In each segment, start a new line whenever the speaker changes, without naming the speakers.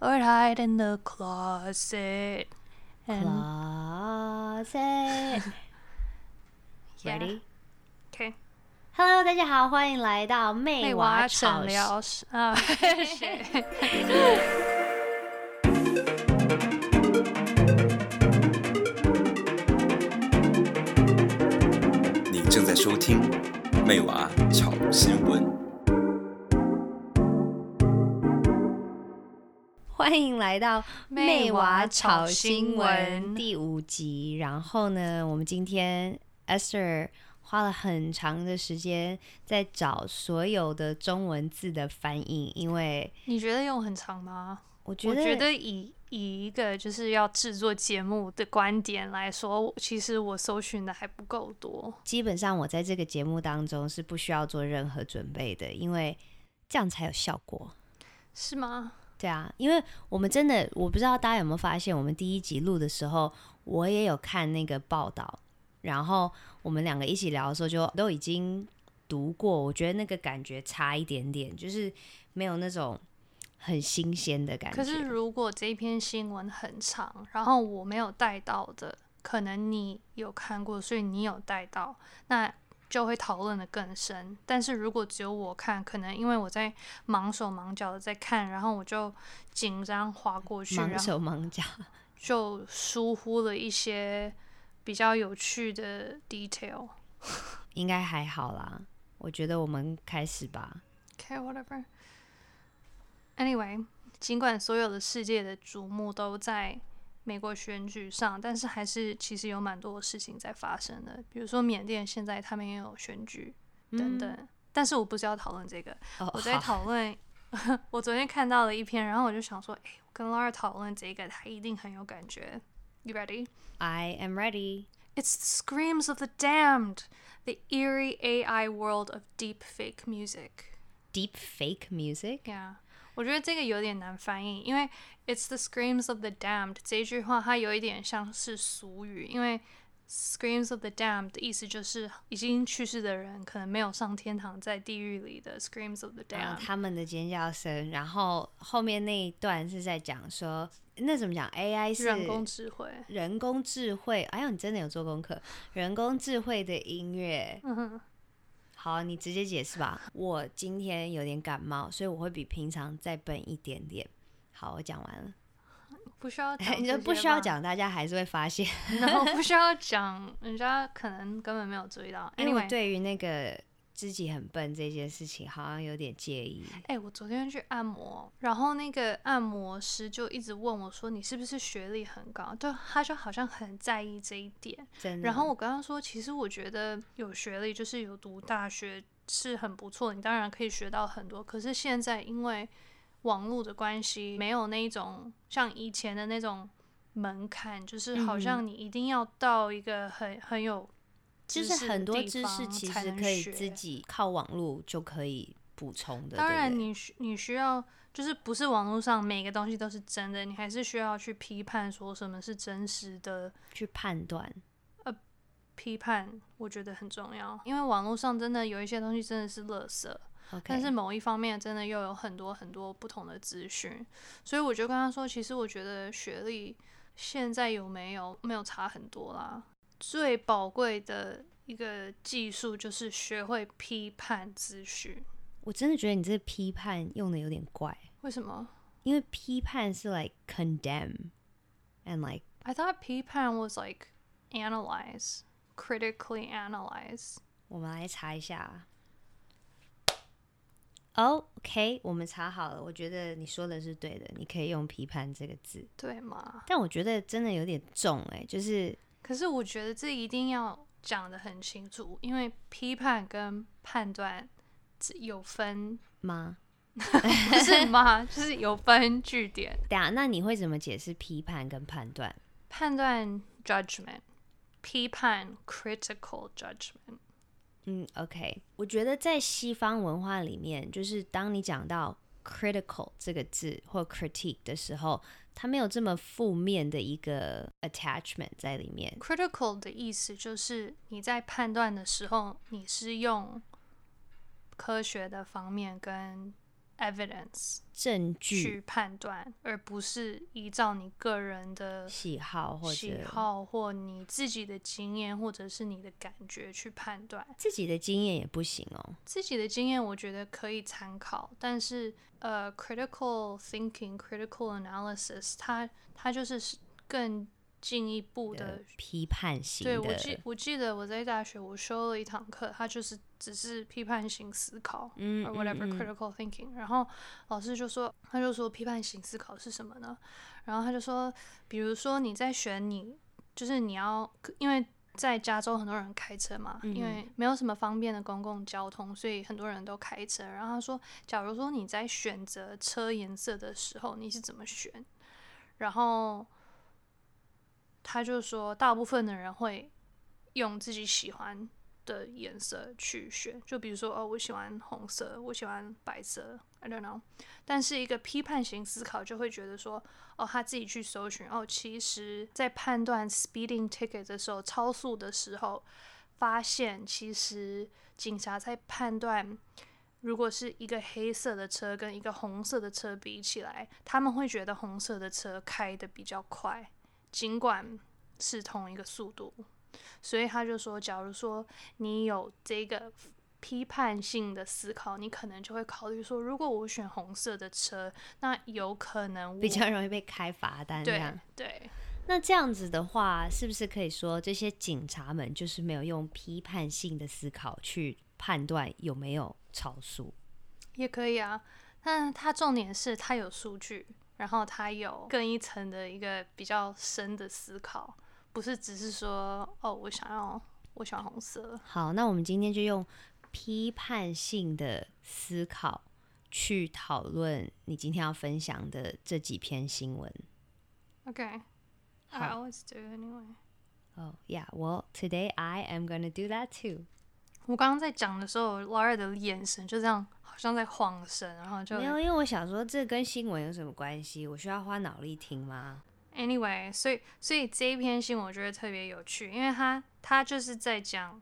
or hide in the closet. And
Closet.
Yeah.
Ready?
OK，
Hello，大家好，欢迎来到
内
妹
娃
娃
诊
诊
疗室啊，是
你正在收听《妹娃炒新闻》。
欢迎来到
妹
妹
娃
娃
炒
炒
新
新
闻
闻第五集。然后呢，我们今天 Esther 花了很长的时间在找所有的中文字的翻译，因为
你觉得用很长吗？
我觉
我
得
觉得以以一个就是要制作节目的观点来说，我其实我搜寻的还不够多。
基本上我在这个节目当中是不需要做任何准备的，因为这样才有效果。
是吗？
对啊，因为我们真的，我不知道大家有没有发现，我们第一集录的时候，我也有看那个报道，然后我们两个一起聊的时候，就都已经读过，我觉得那个感觉差一点点，就是没有那种很新鲜的感觉。
可是如果这篇新闻很长，然后我没有带到的，可能你有看过，所以你有带到，那就会讨论的更深。但是如果只有我看，可能因为我在忙手忙脚的在看，然后我就紧张划过去，
忙
然后
手忙脚，
就疏忽了一些比较有趣的 detail。
应该还好啦。我觉得我们开始吧。
Okay, whatever. Anyway，尽管所有的世界的瞩目都在美国选举上，但是还是其实有蛮多事情在发生的。比如说缅甸现在他们也有选举等等，但是我不是要讨论这个，
哦，
我在
好
讨论。 我昨天看到了一篇，然后我就想说，哎、我跟 Laura 讨论这个，她一定很有感觉。You ready?
I am ready。
It's the screams of the damned, the eerie AI world of deep fake music.
Deep fake music。
Yeah，我觉得这个有点难翻译，因为 "It's the screams of the damned" 这一句话，它有一点像是俗语，因为 "screams of the damned" 的意思就是已经去世的人可能没有上天堂，在地狱里的 "screams of the
然后
damned"。
哦他们的尖叫声，然后后面那一段是在讲说，那怎么讲？AI 是
人工智慧，
人工智慧。哎呦，你真的有做功课？人工智慧的音乐。
嗯哼，
好，你直接解释吧。我今天有点感冒，所以我会比平常再笨一点点。好，我讲完了，
不需 要讲，
你就不需要，讲，大家还是会发现。
然 后不需要讲，人家可能根本没有注意到。
因为哎我
Anyway，
对于那个自己很笨这件事情，好像有点介意。
哎、我昨天去按摩，然后那个按摩师就一直问我说：“你是不是学历很高？”对，他就好像很在意这一点。
真的。
然后我跟他说：“其实我觉得有学历，就是有读大学是很不错，你当然可以学到很多。可是现在因为网络的关系，没有那一种像以前的那种门槛，就是
嗯
好像你一定要到一个很很有
就
知识
是
的
很多
地
知识
方
其
才
实
能
可以
学
自己靠网络就可以补充的。
当
对不
然
对
你，需你需要就是不是网络上每个东西都是真的，你还是需要去批判说什么是真实的
去判断，
批判，我觉得很重要。因为网络上真的有一些东西真的是垃圾
o k
但是某一方面真的又有很多很多不同的资讯，所以我就跟他说，其实我觉得学历现在有没有没有差很多啦。最宝贵的一个技术就是学会批判资讯。
我真的觉得你这批判用的有点怪，
为什么？
因为批判是 like condemn and like
I thought 批判 was like analyze, critically analyze.
我们来查一下。哦 OK，我们查好了，我觉得你说的是对的，你可以用批判这个字，
对吗？
但我觉得真的有点重哎、就是
可是我觉得这一定要讲得很清楚，因为批判跟判断这有分，
吗？
不是吗？ 就是有分据点。
对啊，那你会怎么解释批判跟判断？
判断 judgment，批判 critical judgment。
嗯，OK，我觉得在西方文化里面，就是当你讲到 critical 这个字或 critique 的时候，它没有这么负面的一个 attachment 在里面。
critical 的意思就是你在判断的时候，你是用科学的方面跟 evidence
证
去
据、
判断，而不是依照你个人的
喜好或
喜
者
好或你自己的经验或者是你的感觉去判断。
自己的经验也不行哦。
自己的经验我觉得可以参考，但是呃，critical thinking、critical analysis，它它就是是更进一步的
批判型
对我
的，
记我记得我在大学我修了一堂课，它就是只是批判性思考，
嗯
or
嗯
whatever
嗯
critical thinking、然后老师就说，他就说批判性思考是什么呢？然后他就说，比如说你在选你，就是你要因为。在加州，很多人开车嘛，因为没有什么方便的公共交通，所以很多人都开车。然后他说，假如说你在选择车颜色的时候，你是怎么选？然后他就说，大部分的人会用自己喜欢的颜色去选，就比如说，哦，我喜欢红色，我喜欢白色，I don't know。但是一个批判型思考就会觉得说，哦，他自己去搜寻，哦，其实在判断 speeding ticket 的时候，超速的时候，发现其实警察在判断。如果是一个黑色的车跟一个红色的车比起来，他们会觉得红色的车开的比较快，尽管是同一个速度。所以他就说，假如说你有这个批判性的思考，你可能就会考虑说，如果我选红色的车，那有可能我
比较容易被开罚单这
对
样。
对
那这样子的话，是不是可以说这些警察们就是没有用批判性的思考去判断有没有超速？
也可以啊。但他重点是他有数据，然后他有更一层的一个比较深的思考，不是只是说哦，我想要我喜欢红色，
好，那我们今天就用批判性的思考去讨论你今天要分享的这几篇新闻。
Okay. I
Huh.
always do anyway.
哦、y e a h well, today I am gonna do that too.
我刚刚在讲的时候，Laura 的眼神就这样，好像在晃神，然后就
没有，因为我想说这跟新闻有什么关系？我需要花脑力听吗？
anyway，所以所以这一篇新闻我觉得特别有趣，因为它它就是在讲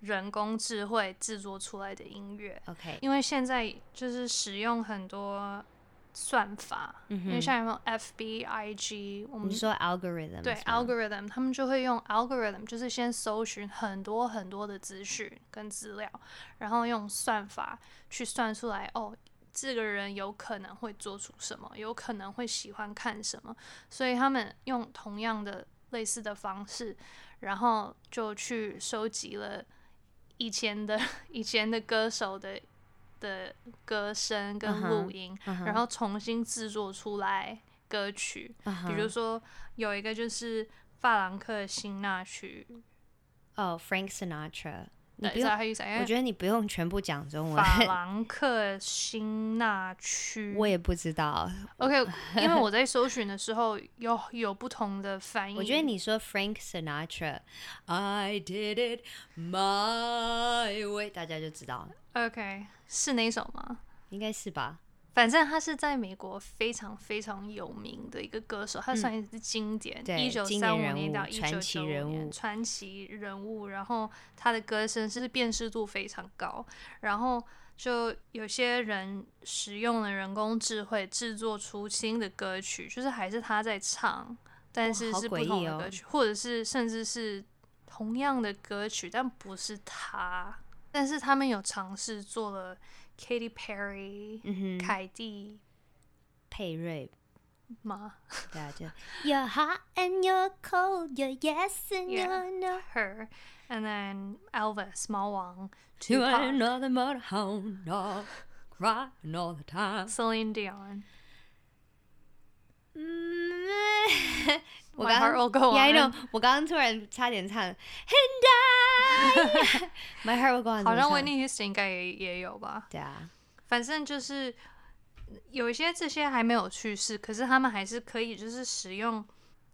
人工智慧制作出来的音乐，
OK，
因为现在就是使用很多算法，因为像有没有 FB、IG，我们
嗯你说 algorithm
对 algorithm，他们就会用 algorithm，就是先搜寻很多很多的资讯跟资料，然后用算法去算出来哦，这个人有可能会做出什么，有可能会喜欢看什么，所以他们用同样的类似的方式，然后就去收集了以前的 以前的歌手的的歌声
嗯
跟
哼
录音然后重新制作出来歌曲。
嗯
比如说有一个就是法兰克辛纳曲，
哦、f r a n k Sinatra，
对，
你不
知
用
道他意思啊？因
我
为
觉得你不用全部讲中文，
法兰克辛纳曲，
我也不知道。
OK，因为我在搜寻的时候有有不同的翻译。
我觉得你说 Frank Sinatra，I did it my way，大家就知道，了，
OK 是哪首吗？
应该是吧？
反正他是在美国非常非常有名的一个歌手，他算是经典，
嗯对
一九三五年到一
经
九九
典
五
人物
年传奇人物，然后他的歌声是辨识度非常高，然后就有些人使用了人工智慧制作出新的歌曲，就是还是他在唱，但是
哇好
是
诡
不
异
同的
哦
歌曲，或者是甚至是同样的歌曲，但不是他。但是他们有尝试做了 Katy Perry、
嗯哼，
凯蒂
佩瑞，
吗
对啊， 就 You're hot and you're cold, you're yes and
Yeah.
you're no.
？Her and then Elvis 猫王
You are
Tupac
another motorhome dog, crying all the time.
Celine Dion
嗯，我刚
heart will go
Yeah, I know.
on.
我刚刚突然差点唱 And I, my heart will go on.
好像
怎么唱
Whitney Houston 应该也也有吧，
对啊，
反正就是有一些这些还没有去世，可是他们还是可以就是使用。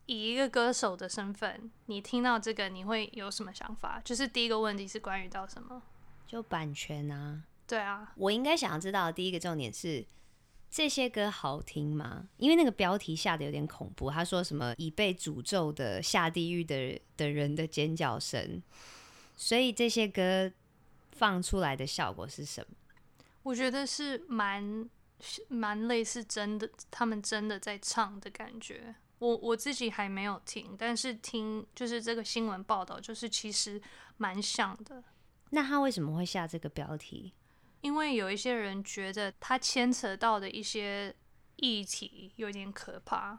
以一个歌手的身份，你听到这个你会有什么想法？就是第一个问题是关于到什么？
就版权啊。
对啊，
我应该想要知道的第一个重点是这些歌好听吗？因为那个标题下的有点恐怖，他说什么已被诅咒的下地狱的的人的尖叫声，所以这些歌放出来的效果是什么？
我觉得是蛮是蛮类似真的，他们真的在唱的感觉。我我自己还没有听，但是听就是这个新闻报道，就是其实蛮像的，
那他为什么会下这个标题？
因为有一些人觉得它牵扯到的一些议题有点可怕，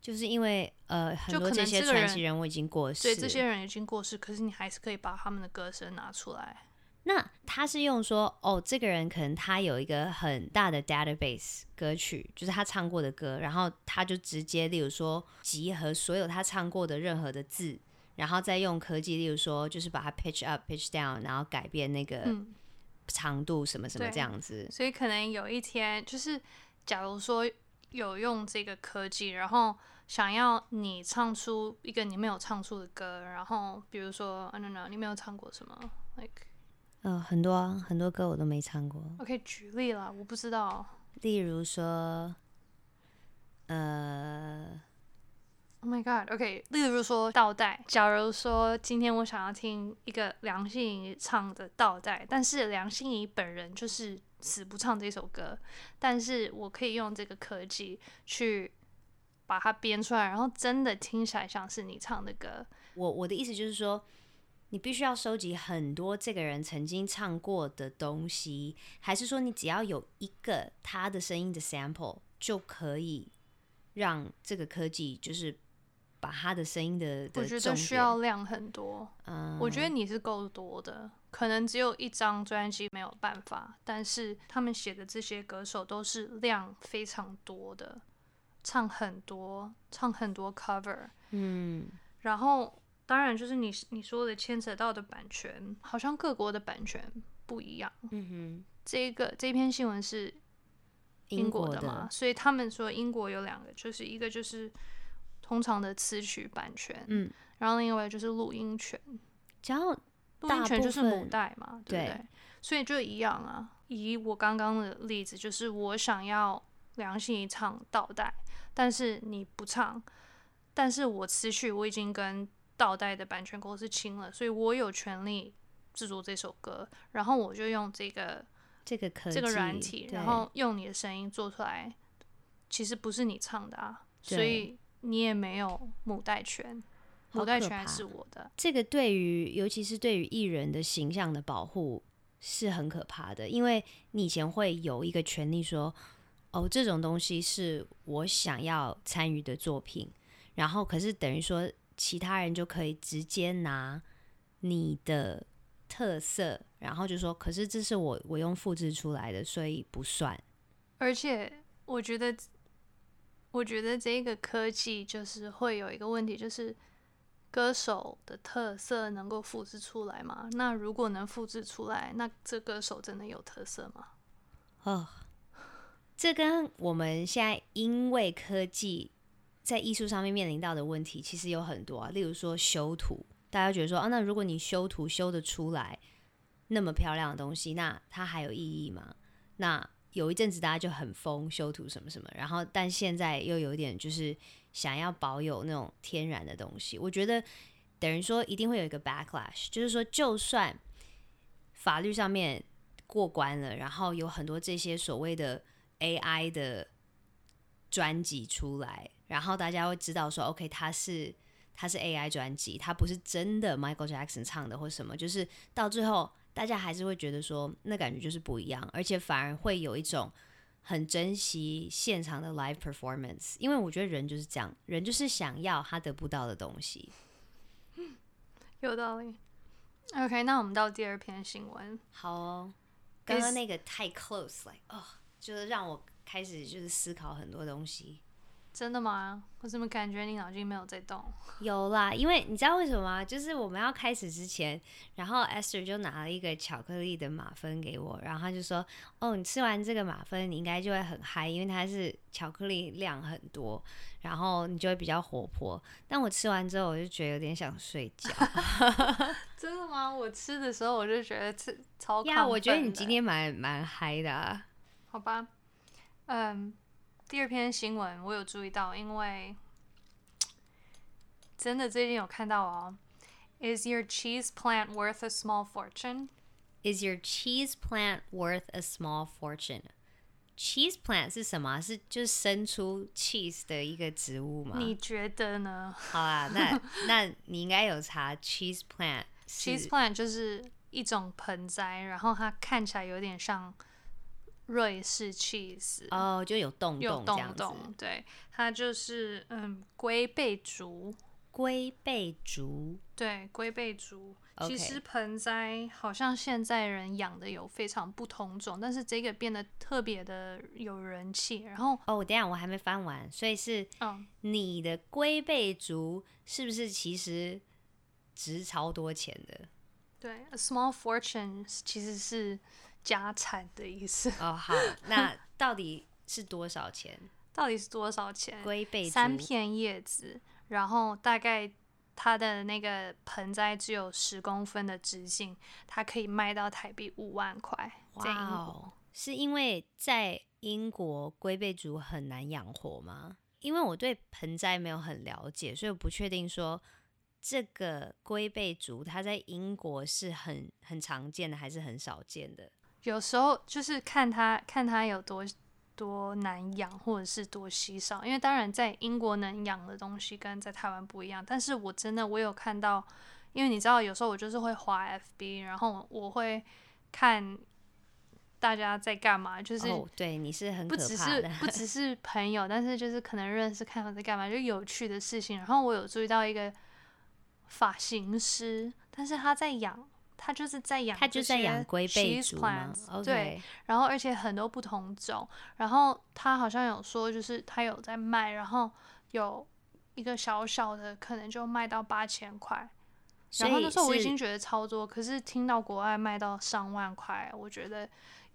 就是因为呃，很
就
多
可
这
能
些
这个
传
人
奇人物已经过世
所
了，
以这些人已经过世，可是你还是可以把他们的歌声拿出来。
那他是用说，哦，这个人可能他有一个很大的 database 歌曲，就是他唱过的歌，然后他就直接，例如说集合所有他唱过的任何的字，然后再用科技，例如说就是把它 pitch up、pitch down，然后改变那个
嗯，
长度什么什么
对
这样子。
所以可能有一天，就是假如说有用这个科技，然后想要你唱出一个你没有唱出的歌，然后比如说，I don't know，你没有唱过什么，like
嗯、很多、啊、很多歌我都没唱过，
OK，举例啦，我不知道
例如说，呃，
，Oh my God，OK，、例如说倒带，假如说今天我想要听一个梁心怡唱的倒带，但是梁心怡本人就是死不唱这首歌，但是我可以用这个科技去把它编出来，然后真的听起来像是你唱的歌，
我我的意思就是说，你必须要收集很多这个人曾经唱过的东西，还是说你只要有一个他的声音的 sample 就可以让这个科技就是把他的声音的的
我觉
重
得需
点
要量很多。
嗯，
我觉得你是够多的，可能只有一张专辑没有办法，但是他们写的这些歌手都是量非常多的，唱很多，唱很多 cover，
嗯，
然后当然就是你你说的牵扯到的版权，好像各国的版权不一样。
嗯
这个这篇新闻是
哼，
英
国
的嘛，所以他们说英国有两个，就是一个就是通常的词曲版权，
嗯，
然后另外就是录音权。
只要
录音权就是
大部
母
分
带嘛，对不
对
对？所以就一样啊。以我刚刚的例子，就是我想要梁心怡唱倒带，但是你不唱，但是我词曲我已经跟倒带的版权公司清了，所以我有权利制作这首歌，然后我就用这个
这个科技
这个软体，
对
然后用你的声音做出来，其实不是你唱的啊，
对
所以你也没有母带权，
好
母带
可
权还
怕
是我的，
这个对于尤其是对于艺人的形象的保护是很可怕的，因为你以前会有一个权利说，哦，这种东西是我想要参与的作品，然后可是等于说其他人就可以直接拿你的特色，然后就说，可是这是我我用复制出来的，所以不算。
而且我觉得，我觉得这个科技就是会有一个问题，就是歌手的特色能够复制出来吗？那如果能复制出来，那这歌手真的有特色吗？
哦，这跟我们现在因为科技在艺术上面面临到的问题其实有很多啊，例如说修图，大家觉得说啊，那如果你修图修得出来那么漂亮的东西，那它还有意义吗？那有一阵子大家就很疯修图什么什么，然后但现在又有一点就是想要保有那种天然的东西，我觉得等于说一定会有一个 backlash，就是说就算法律上面过关了，然后有很多这些所谓的 AI 的专辑出来，然后大家会知道说，OK，它是它是 AI 专辑，它不是真的 Michael Jackson 唱的或什么，就是到最后大家还是会觉得说，那感觉就是不一样，而且反而会有一种。很珍惜现场的 live performance，因为我觉得人就是这样，人就是想要他得不到的东西。
有道理。OK，那我们到第二篇新闻。
好哦，刚刚
Is-
那个太 close 了、哦，就是让我开始就是思考很多东西。
真的吗？我怎么感觉你脑筋没有在动？
有啦，因为你知道为什么吗？就是我们要开始之前，然后 Esther 就拿了一个巧克力的马芬给我，然后他就说：“哦，你吃完这个马芬，你应该就会很嗨，因为它是巧克力量很多，然后你就会比较活泼。”但我吃完之后，我就觉得有点想睡 觉。
真的吗？我吃的时候我就觉得吃超
呀，
亢
我觉得
奋
你
的
今天蛮蛮嗨的、啊。
好吧，嗯，第二篇新闻我有注意到，因为真的最近有看到哦。Is your cheese plant worth a small fortune？
Is your cheese plant worth a small fortune？ cheese plant 是什么啊？是就是生出 cheese 的一个植物吗？
你觉得呢
好啦，那那你应该有查 cheese plant 是
？Cheese plant 就是一种盆栽，然后它看起来有点像瑞士 cheese，、
哦，就有洞
有
洞这样
洞
子。
洞，对，它就是嗯龟背竹，
龟背竹
对，龟背竹。其
OK
实盆栽好像现在人养的有非常不同种，但是这个变得特别的有人气。然后，
哦，等一下我还没翻完，所以是
嗯，
你的龟背竹是不是其实值超多钱的？
对，a small fortune 其实是家产的意思。
哦，好，那到底是多少钱？
到底是多少钱？
龟背竹
三片叶子，然后大概它的那个盆栽只有十公分的直径，它可以卖到台币五万块。在英
哇
国
哦，是因为在英国龟背竹很难养活吗？因为我对盆栽没有很了解，所以我不确定说这个龟背竹它在英国是很很常见的，还是很少见的。
有时候就是看它看它有多多难养，或者是多稀少。因为当然在英国能养的东西跟在台湾不一样，但是我真的我有看到，因为你知道有时候我就是会滑 FB，然后我会看大家在干嘛，就是。
哦，对，你是很
不
可
只
怕
是
的。
不只是朋友，但是就是可能认识看我在干嘛，就有趣的事情。然后我有注意到一个发型师，但是他在养，他就是在养这些 cheese plants，
它就在养龟背竹吗
对，
？OK，
然后而且很多不同种，然后他好像有说，就是他有在卖，然后有一个小小的可能就卖到八千块，
所
然后
以
那时候我已
是
经觉得超多，可是听到国外卖到上万块，我觉得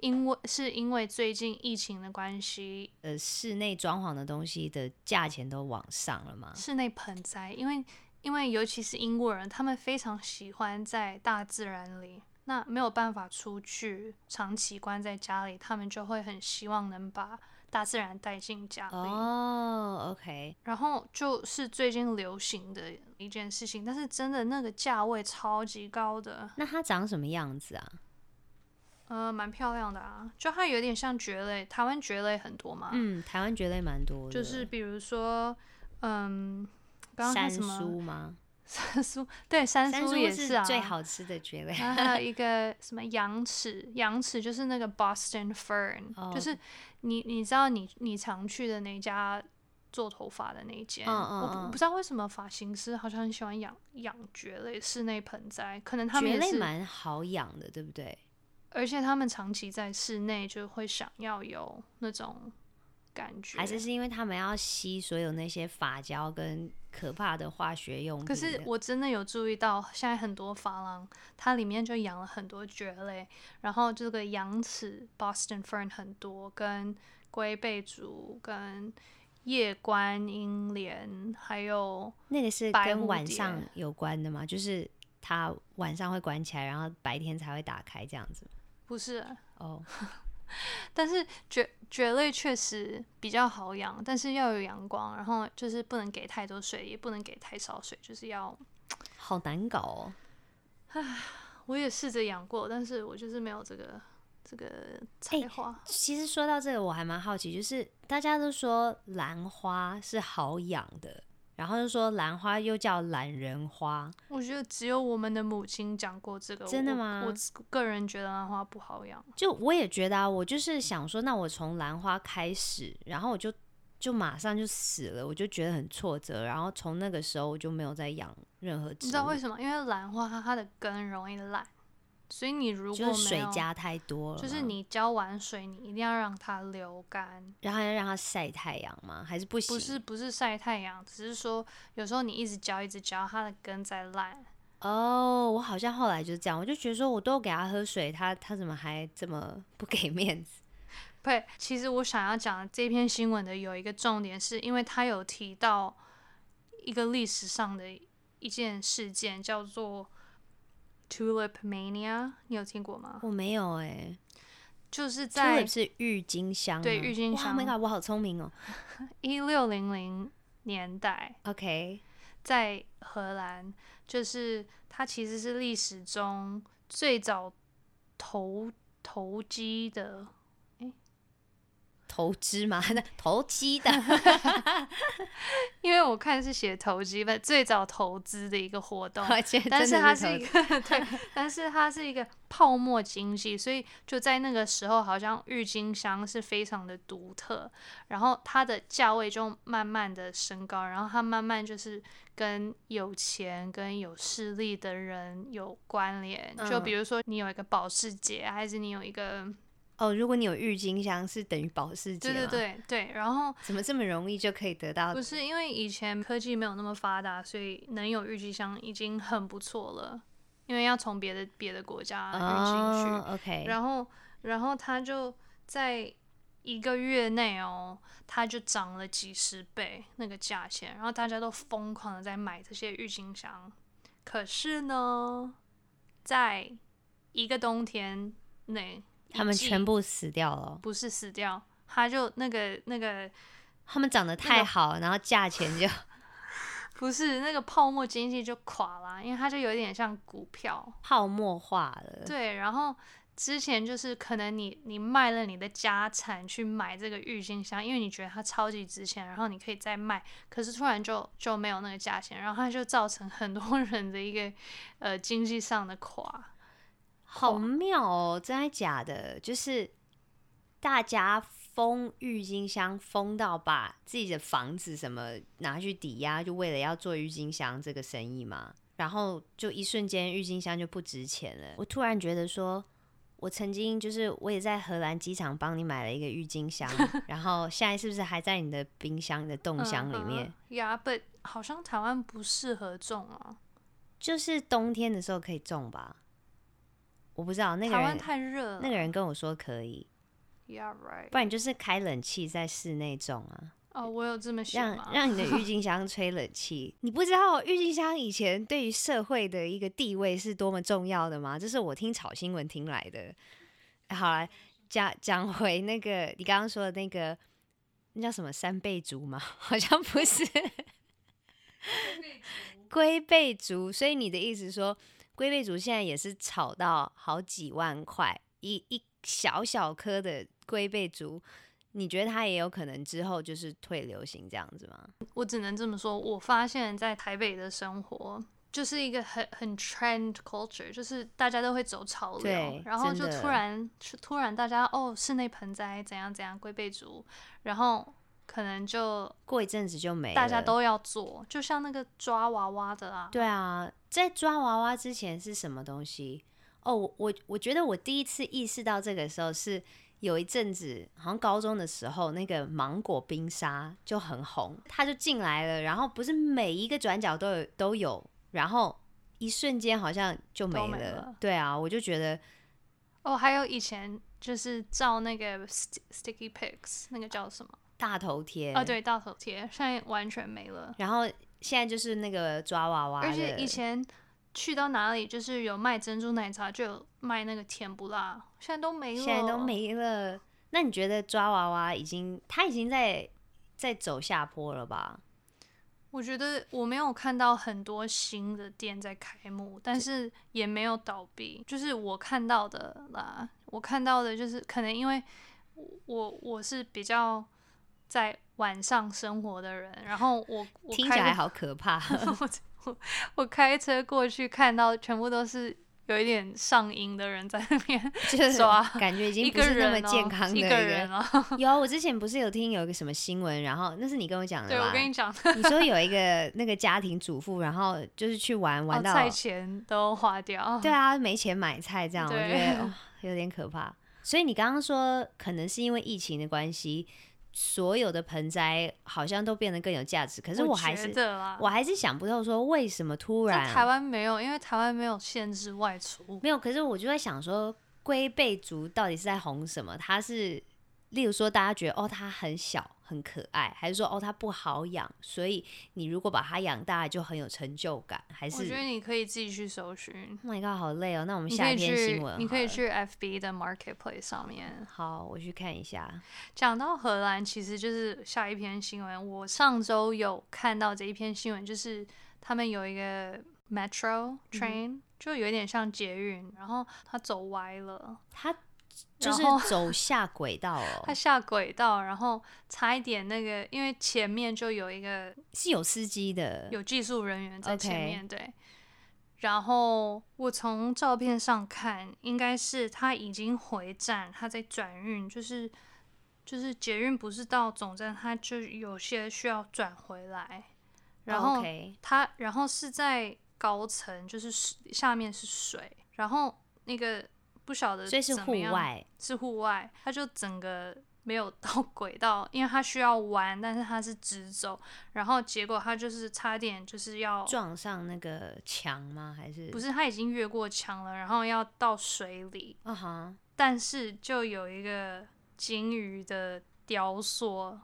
因为是因为最近疫情的关系，
呃室内装潢的东西的价钱都往上了吗？
室内盆栽，因为因为尤其是英国人，他们非常喜欢在大自然里，那没有办法出去，长期关在家里，他们就会很希望能把大自然带进家里。
哦，OK，
然后就是最近流行的一件事情，但是真的那个价位超级高的，
那它长什么样子
嗯
啊？
呃，蛮漂亮的啊，就它有点像蕨类，台湾蕨类很多嘛，
嗯，台湾蕨类蛮多的，
就是比如说，嗯，刚刚
山
看什么
苏吗？
山苏， 对，山
山
苏
苏
也
是
啊，
最好吃 的蕨类。
然后还有一个什么羊齿，羊齿就是那个 Boston Fern，、
哦
就是你你知道你你常去的那家做头发的那一间，
嗯嗯
我不我
嗯
不知道为什么发型师好像很喜欢养养蕨类室内盆栽，可能他们
蕨
也
类
是，
蛮好养的，对不对？
而且他们长期在室内就会想要有那种感觉，
还是是因为他们要吸所有那些发胶跟可怕的化学用品的。
可是我真的有注意到，现在很多发廊它里面就养了很多蕨类，然后这个羊齿 Boston Fern 很多，跟龟背竹、跟夜观音莲，还有
那个是
白蝴
跟晚
蝶欸
上有关的吗？就是它晚上会关起来，然后白天才会打开这样子。
不是，
哦，
但是蕨蕨类确实比较好养，但是要有阳光，然后就是不能给太多水，也不能给太少水，就是要。
好难搞哦。
我也试着养过，但是我就是没有这个这个
哎
才华。
其实说到这个，我还蛮好奇，就是大家都说兰花是好养的，然后就说兰花又叫懒人花，
我觉得只有我们的母亲讲过这个，
真的
我
吗
我自个人觉得兰花不好养，
就我也觉得啊，我就是想说，那我从兰花开始，然后我就就马上就死了，我就觉得很挫折。然后从那个时候，我就没有再养任何植物，
你知道为什么？因为兰花它的根容易烂，所以你如果没
就
有，
是水加太多了嘛，
就是你浇完水，你一定要让它流干，
然后要让它晒太阳吗？还是不行？
不是不是晒太阳，只是说有时候你一直浇一直浇，它的根在烂。
哦我好像后来就是这样，我就觉得说我都给它喝水，它它怎么还这么不给面子？
对，其实我想要讲的这篇新闻的有一个重点，是因为它有提到一个历史上的一件事件，叫做 Tulip Mania，你有听过吗？
我没有哎、
就是在
Tulip 是郁金香吗，
对郁金香
哇 Oh my god，我好聪明哦。
一六零零年代，
OK，
在荷兰，就是它其实是历史中最早投投机的，诶，
投资嘛， 那投 机的，
因为我看是写投机吧，最早投资的一个活 动，
而且
但
真
是
的
它
投
是一
机
个对，但是它是一个泡沫经济，所以就在那个时候，好像郁金香是非常的独特，然后它的价位就慢慢的升高，然后它慢慢就是跟有钱、跟有势力的人有关联，就
嗯
比如说你有一个保时捷，还是你有一个，
哦。如果你有郁金香，是等于保时捷
对
吗，
对对对，然后
怎么这么容易就可以得到
不？是因为以前科技没有那么发达，所以能有郁金香已经很不错了。因为要从别的别的国家运进去，
哦，OK，
然后然后它就在一个月内哦，它就涨了几十倍那个价钱，然后大家都疯狂的在买这些郁金香。可是呢，在一个冬天内，
他们
一季
全部死掉了，
不是死掉，它就那个那个
他们长得太好，然后价钱就
不是那个泡沫经济就垮啦，因为它就有点像股票，
泡沫化了。
对，然后之前就是可能你你卖了你的家产去买这个郁金香，因为你觉得它超级值钱，然后你可以再卖，可是突然就就没有那个价钱，然后它就造成很多人的一个呃经济上的垮。啊
好妙哦，真的假的？就是大家封郁金香，封到把自己的房子什么拿去抵押，就为了要做郁金香这个生意嘛。然后就一瞬间，郁金香就不值钱了。我突然觉得说，我曾经就是我也在荷兰机场帮你买了一个郁 金香，然后现在是不是还在你的冰箱、你的冻箱
嗯
里面？
呀，不、好像台湾不适合种啊，
就是冬天的时候可以种吧？我不知道那个
台湾
人，
太热了。
那个人跟我说可以。
Yeah right。
不然就是开冷气在室内种啊，
哦，我有这么想
让
吗？
让你的郁金香吹冷气。你不知道郁金香以前对于社会的一个地位是多么重要的吗？这是我听炒新闻听来的。好啦，讲讲回那个你刚刚说的那个，那叫什么三倍竹吗？ 好像不是 龟背竹，所以你的意思说龟背竹现在也是炒到好几万块一一小小颗的龟背竹，你觉得它也有可能之后就是退流行这样子吗？
我只能这么说，我发现在台北的生活就是一个很很 trend culture，就是大家都会走潮流
对，
然后就
真的
突然突然大家哦室内盆栽怎样怎样龟背竹，然后可能就
过一阵子就没了，
大家都要做，就像那个抓娃娃的啊，
对啊，在抓娃娃之前是什么东西？哦，我我我觉得我第一次意识到这个的时候是有一阵子，好像高中的时候，那个芒果冰沙就很红，它就进来了，然后不是每一个转角都有都有，然后一瞬间好像就没
都
了。
没了
对啊，我就觉得
哦还有以前就是照那个 st- sticky pics 那个叫什么
大头贴
啊、对大头贴，现在完全没了。
然后现在就是那个抓娃娃的，
而且以前去到哪里，就是有卖珍珠奶茶，就有卖那个甜不辣，现在都没了。
现在都。没了。那你觉得抓娃娃已经，它已经在在走下坡了吧？
我觉得我没有看到很多新的店在开幕，但是也没有倒闭，就是我看到的啦。我看到的就是可能因为我我是比较在晚上生活的人，然后我 我
听
开
起来
过
好可怕。
我开车过去看到全部都是有一点上瘾的人在那边
就是
抓
感觉已
一
经不
个
是那
人
么
哦
健康的
一个人哦。
有啊，我之前不是有听有一个什么新闻，然后那是你跟我讲的
对，
吧？
我 跟你讲，
你说有一个那个家庭主妇，然后就是去玩玩
哦
到、
菜钱都花掉。
对啊，没钱买菜这样，我觉
对
得、哦、有点可怕。所以你刚刚说，可能是因为疫情的关系，所有的盆栽好像都变得更有价值。可
可
是我还是
觉得啦，
我还是想不透，说为什么突
在
然
啊台湾没有，因为台湾没有限制外出。
没有，可是我就在想说，龟背竹到底是在红什么？它是，例如说大家觉得哦它很小很可爱，还是说哦它不好养，所以你如果把它养大就很有成就感，还
我觉得
是
你可以自己去搜寻，
？Oh my god，好累哦。那我们
你可
下
以
一篇
去
新闻，，
你可以。去 FB 的 Marketplace 上面。
好，我去看 一下。
讲到荷兰，其实就是下一篇新闻。我上周有看到这一篇新闻，就是他们有一个
嗯
metro train，、就有点像捷运，然后它走歪了。
它就
然
是
后
走下轨道哦
他，下轨道，然后差一点那个，因为前面就有一个
是有司机的，
有技术人员在
OK
前面对。然后我从照片上看，应该是他已经回站，他在转运，就是就是捷运不是到总站，他就有些需要转回来。然后
OK
他然后是在高层，就是水下面是水，然后那个不晓得
所以是
怎
户
么样
外，
是户外，它就整个没有到 轨道，因为它需要弯，但是它是直走，然后结果它就是差点就是要，
撞上那个墙吗？还是
不？是它已经越过墙了，然后要到水里，
啊哈，
但是就有一个鲸鱼的雕塑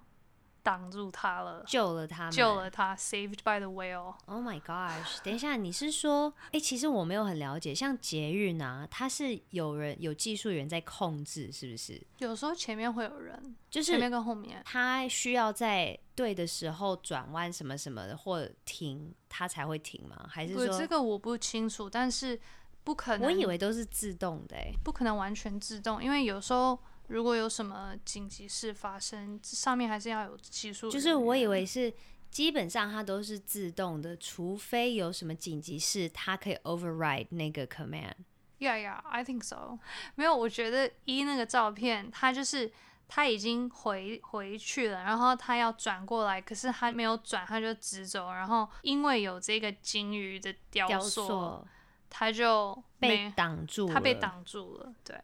挡住它了，
救了他们，
救了它，saved by the whale。
Oh my gosh！等一下，你是说，哎、其实我没有很了解，像捷运啊，它是有人有技术员在控制，是不是？
有时候前面会有人，
就
前面
是
跟后面，
它需要在对的时候转弯什么什么的，或停，它才会停吗？还是
对这
说，
个我不清楚，但是不可能，
我以为都是自动的、诶
不可能完全自动，因为有时候如果有什么紧急事发生，这上面还是要有技术人
就
员。
是我以为是基本上它都是自动的，除非有什么紧急事，它可以 override 那个 command。
，Yeah Yeah I think so。没 有，我觉得一那个照片，他就是他已经回回去了，然后他要转过来，可是他没有转，他就直走，然后因为有这个鲸鱼的
雕
雕塑，
塑
他就
被
没
挡住了，
他被挡住了，对，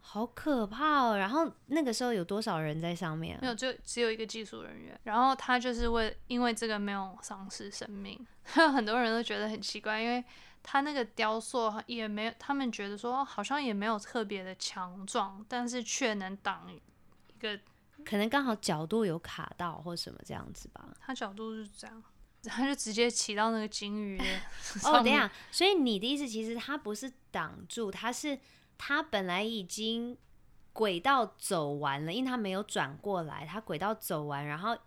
好可怕哦！然后那个时候有多少人在上面、
没有
啊？
就只有一个技术人员，然后他就是为因为这个没有丧失生命， 很多人都觉得很奇怪，因为他那个雕塑也没有，他们觉得说好像也没有特别的强壮，但是却能挡一个，
可能刚好角度有卡到或什么这样子吧。
他角度是这样，他就直接骑到那个鲸鱼的上
哦，
面
等一下，所以你的意思其实它不是挡住，它是它本来已经轨道走完了，因为它没有转过来，它轨道走完，然后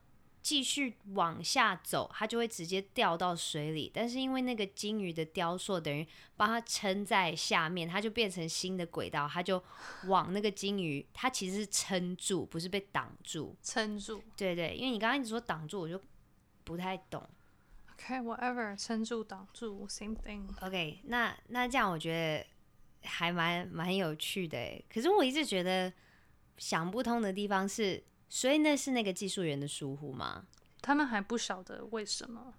继续往下走，它就会直接掉到水里。但是因为那个鲸鱼的雕塑等于帮它撑在下面，它就变成新的轨道，它就往那个鲸鱼，它其实是撑住，不是被挡住。
撑住
对对，因为你刚刚一直说挡住，我就不太懂。
，OK whatever，撑住挡住 same thing，
OK，那那这样我觉得还蛮蛮有趣的诶。可是我一直觉得想不通的地方是，所以那是那个技术员的疏忽吗？
他们还不晓得为什么，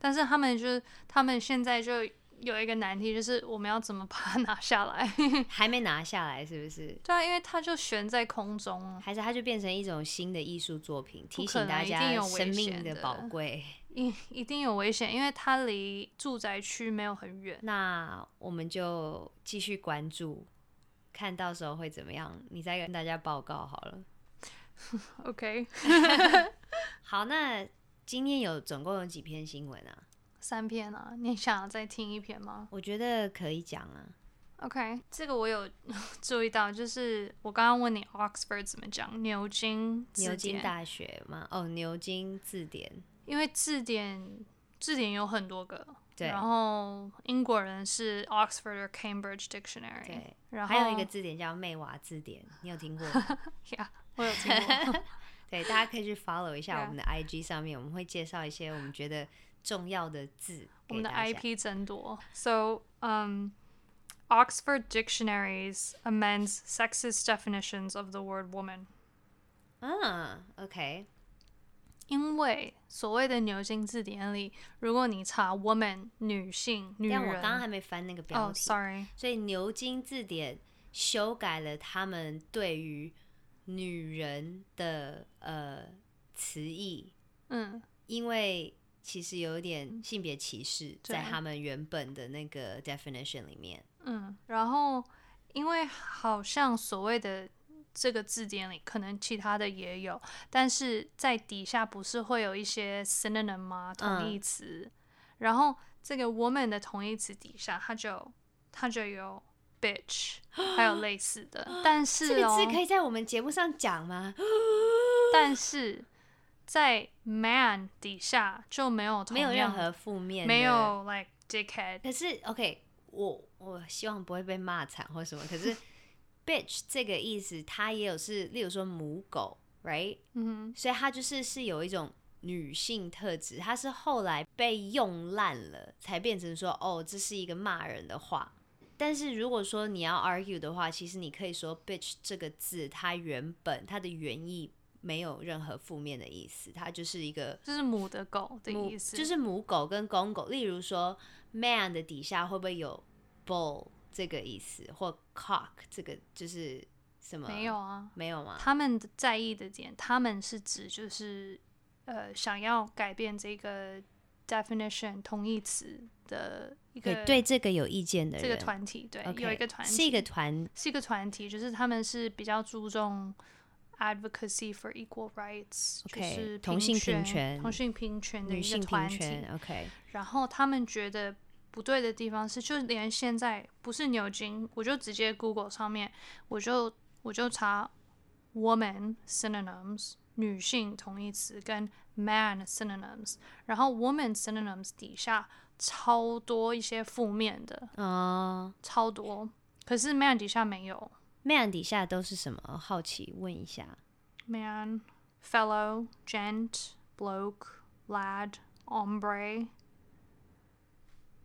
但是他们就是他们现在就有一个难题，就是我们要怎么把它拿下来？
还没拿下来是不是？
对啊，因为它就悬在空中啊，
还是它就变成一种新的艺术作品，提
不
醒
可能
大
一定
家
有危
生命
险
的
的
宝贵？
一一定有危险，因为它离住宅区没有很远。
那我们就继续关注，看到时候会怎么样，你再跟大家报告好了。
OK，
好，那今天有总共有几篇新闻啊？
三篇啊，你想要再听一篇吗
我觉得可以讲啊。
？OK，这个我有 注意到，就是我刚刚问你 Oxford 怎么讲，牛津字
牛津
典
大学嘛，哦，牛津字典，
因为字典字典有很多个，
对
然后英国人是 Oxford or Cambridge Dictionary，
对，
然后
还有一个字典叫妹娃字典，你有听过吗？
呀我有听过，
对，大家可以去 follow 一下
Yeah
我们的 IG 上面，我们会介绍一些我们觉得重要的字
我
给
们的
大家。
IP 争夺。So, um, Oxford dictionaries amends sexist definitions of the word woman，
嗯，OK，
因为所谓的牛津字典里，如果你查 woman 女性女
但我
人，
刚刚还没翻那个标
哦、
题
s o r r y
所以牛津字典修改了他们对于女人的呃词义，
嗯，
因为其实有一点性别歧视
对
在
啊
他们原本的那个 definition 里面。
嗯，然后因为好像所谓的这个字典里，可能其他的也有，但是在底下不是会有一些 synonym 吗？同义词，
嗯
然后这个 woman 的同义词底下，它就它就有 bitch，还有类似的，但
这
是
个
哦，
字可以在我们节目上讲 吗？
但是在 man 底下就没有
没有
同
任
样
何负面，
没。有 like dickhead，
可是 OK，我我希望不会被骂惨或什么。可是 bitch 这个意思，它也有是，例如说母狗，right？
嗯
所以它就是是有一种女性特质，它是后来被用烂了，才变成说哦，这是一个骂人的话。但是如果说你要 argue 的话，其实你可以说 bitch 这个字，它原本它的原意没有任何负面的意思，它就是一个
哼，就是母的狗的
母
意思，
就是母狗跟公狗。例如说，man 的底下会不会有 bull 这个意思，或 cock 这个就是什么？
没有，啊。
没有吗？
他们在意的点，他们是指就是呃，想要改变这个 definition 同义词的一
对
个
对，这个有意见的人，
这个团体，对
o k
有一个团体
是一个团，
是一个团体，就是他们是比较注重 advocacy for equal rights，、
OK，
就是
同性平
平
权
同性平权的嗯
女
一个
性平
团体。
权，OK，
然后他们觉得不对的地方是，就连现在不是牛津，我就直接 Google 上面，我就我就查 woman synonyms 女性同义词跟 man synonyms，然后 woman synonyms 底下超多一些负面的，
哦、
超多，可是 man 底下没有。
m a n 底下都是什么？好奇问一下。
man, fellow, gent, bloke, lad, hombre,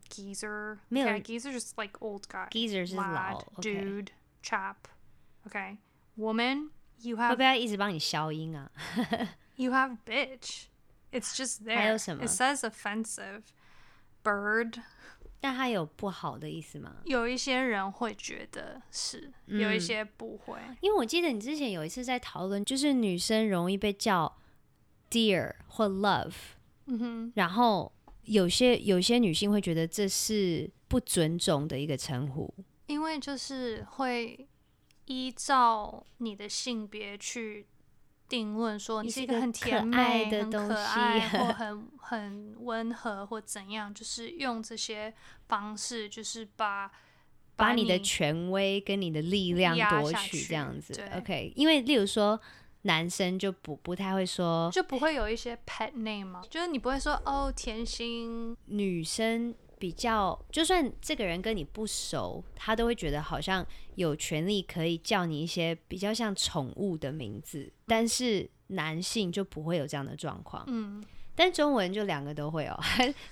geezer.
没有
Okay, geezer just like old guy.
Geezer 是老
lad,
，OK
dude, chap. Okay, woman. You
会
have
不会要一直帮你消音啊？
you have bitch. It's just there.
还有什么？
It says offensive. Bird.
但它有不好的意思吗？
有一些人会觉得是，有一些不会。
因为我记得你之前有一次在讨论，就是女生容易被叫 dear 或 love，嗯哼，然后有些有些女性会觉得这是不尊重的一个称呼，
因为就是会依照你的性别去定论，说你
你是
是一
一个
个很甜
可爱
美、
的
很
东
可
西
爱 或很很温和或怎样，就是用这些方式，就是把
把你
你
的权威跟你的力量
压
夺
下
取
去
这样子
对。
OK，因为例如说男生就不不太会说
就不会有一些 pet name 嘛，就是你不会说哦甜心，
女生。比较，就算这个人跟你不熟，他都会觉得好像有权利可以叫你一些比较像宠物的名字，但是男性就不会有这样的状况。
嗯，
但中文就两个都会哦，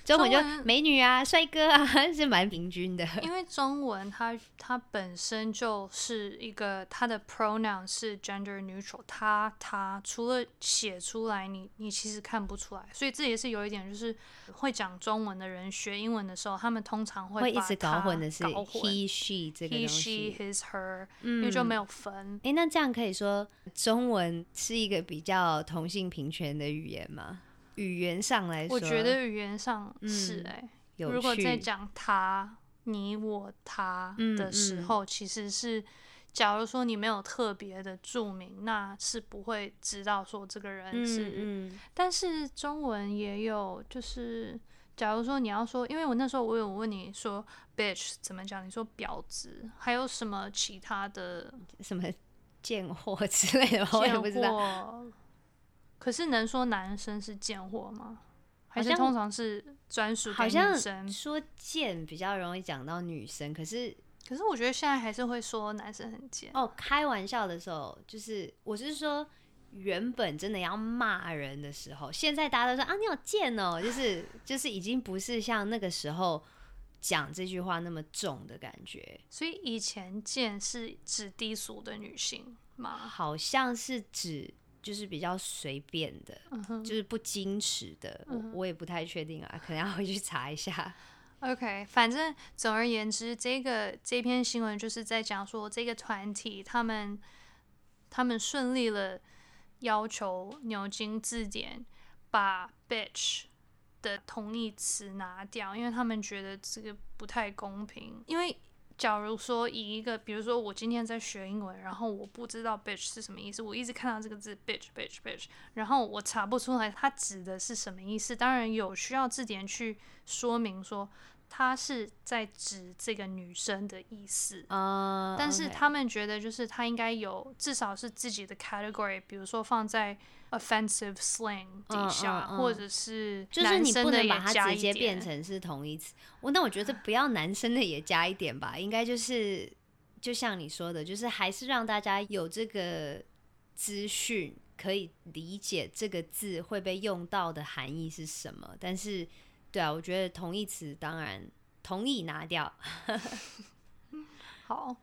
中文就
中文
美女啊、帅哥啊， 是蛮平均的。
因为中文它它本身就是一个它的 pronoun 是 gender neutral，它它除了写出来你你其实看不出来，所以这也是有一点就是会讲中文的人学英文的时候，他们通常
会一
把
直搞
它
混的是
搞混
he she 这个
he she
东西。嗯
his her，、因为就没有分。
诶，那这样可以说中文是一个比较同性平权的语言吗？语言上来说，
我觉得语言上是
嗯
哎、
有
如果在
趣
讲他、你、我、他
嗯
的时
嗯
候，其实是，假如说你没有特别的注明，那是不会知道说这个人是。
嗯嗯
但是中文也有，就是假如说你要说，因为我那时候我有问你说 bitch 怎么讲，你说婊子，还有什么其他的
什么贱货之类的吧， 我也不知
贱
道。
货。可是能说男生是贱货吗？还是
好像
通常是专属给
好
女
像
生？
说贱比较容易讲到女生，可是
可是我觉得现在还是会说男生很贱。
哦，开玩笑的时候，就是我是说，原本真的要骂人的时候，现在大家都说啊，你好贱哦，就是就是已经不是像那个时候讲这句话那么重的感觉，
所以以前贱是指低俗的女性嘛？
好像是指就是比较随便的，
嗯哼嗯
就是不矜持的，我我也不太确定啊，可能要回去查一下。
OK，反正总而言之，这个这篇新闻就是在讲说这个团体他们他们顺利了要求牛津字典把 bitch 的同义词拿掉，因为他们觉得这个不太公平。因为假如说以一个，比如说我今天在学英文，然后我不知道 bitch 是什么意思，我一直看到这个字 bitch bitch bitch，然后我查不出来它指的是什么意思。当然有需要字典去说明说它是在指这个女生的意思。
啊、
但是
OK
他们觉得，就是他应该有至少是自己的 category，比如说放在 offensive slang
嗯
底下，
嗯嗯
或者是
就是你
男
不
生的
能
也
把
加
它直
一
接变
点
成是同义词。我那我觉得不要男生的也加一点吧，应该就是就像你说的，就是还是让大家有这个资讯，可以理解这个字会被用到的含义是什么。但是，对啊，我觉得同义词当然同意拿掉，
好，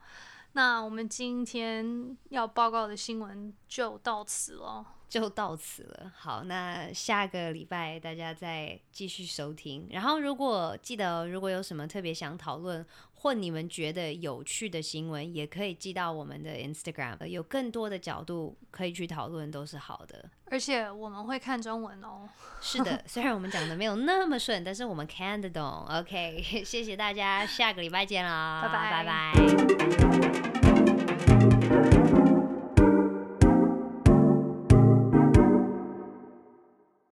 那我们今天要报告的新闻就到此喽。
就到此了。好，那下个礼拜大家再继续收听。然后，如果记得哦如果有什么特别想讨论或你们觉得有趣的新闻，也可以寄到我们的 Instagram，呃有更多的角度可以去讨论，都是好的。
而且我们会看中文哦。
是的，虽然我们讲的没有那么顺，但是我们看得懂。OK，谢 谢大家，下个礼拜见啦，
拜拜
拜拜。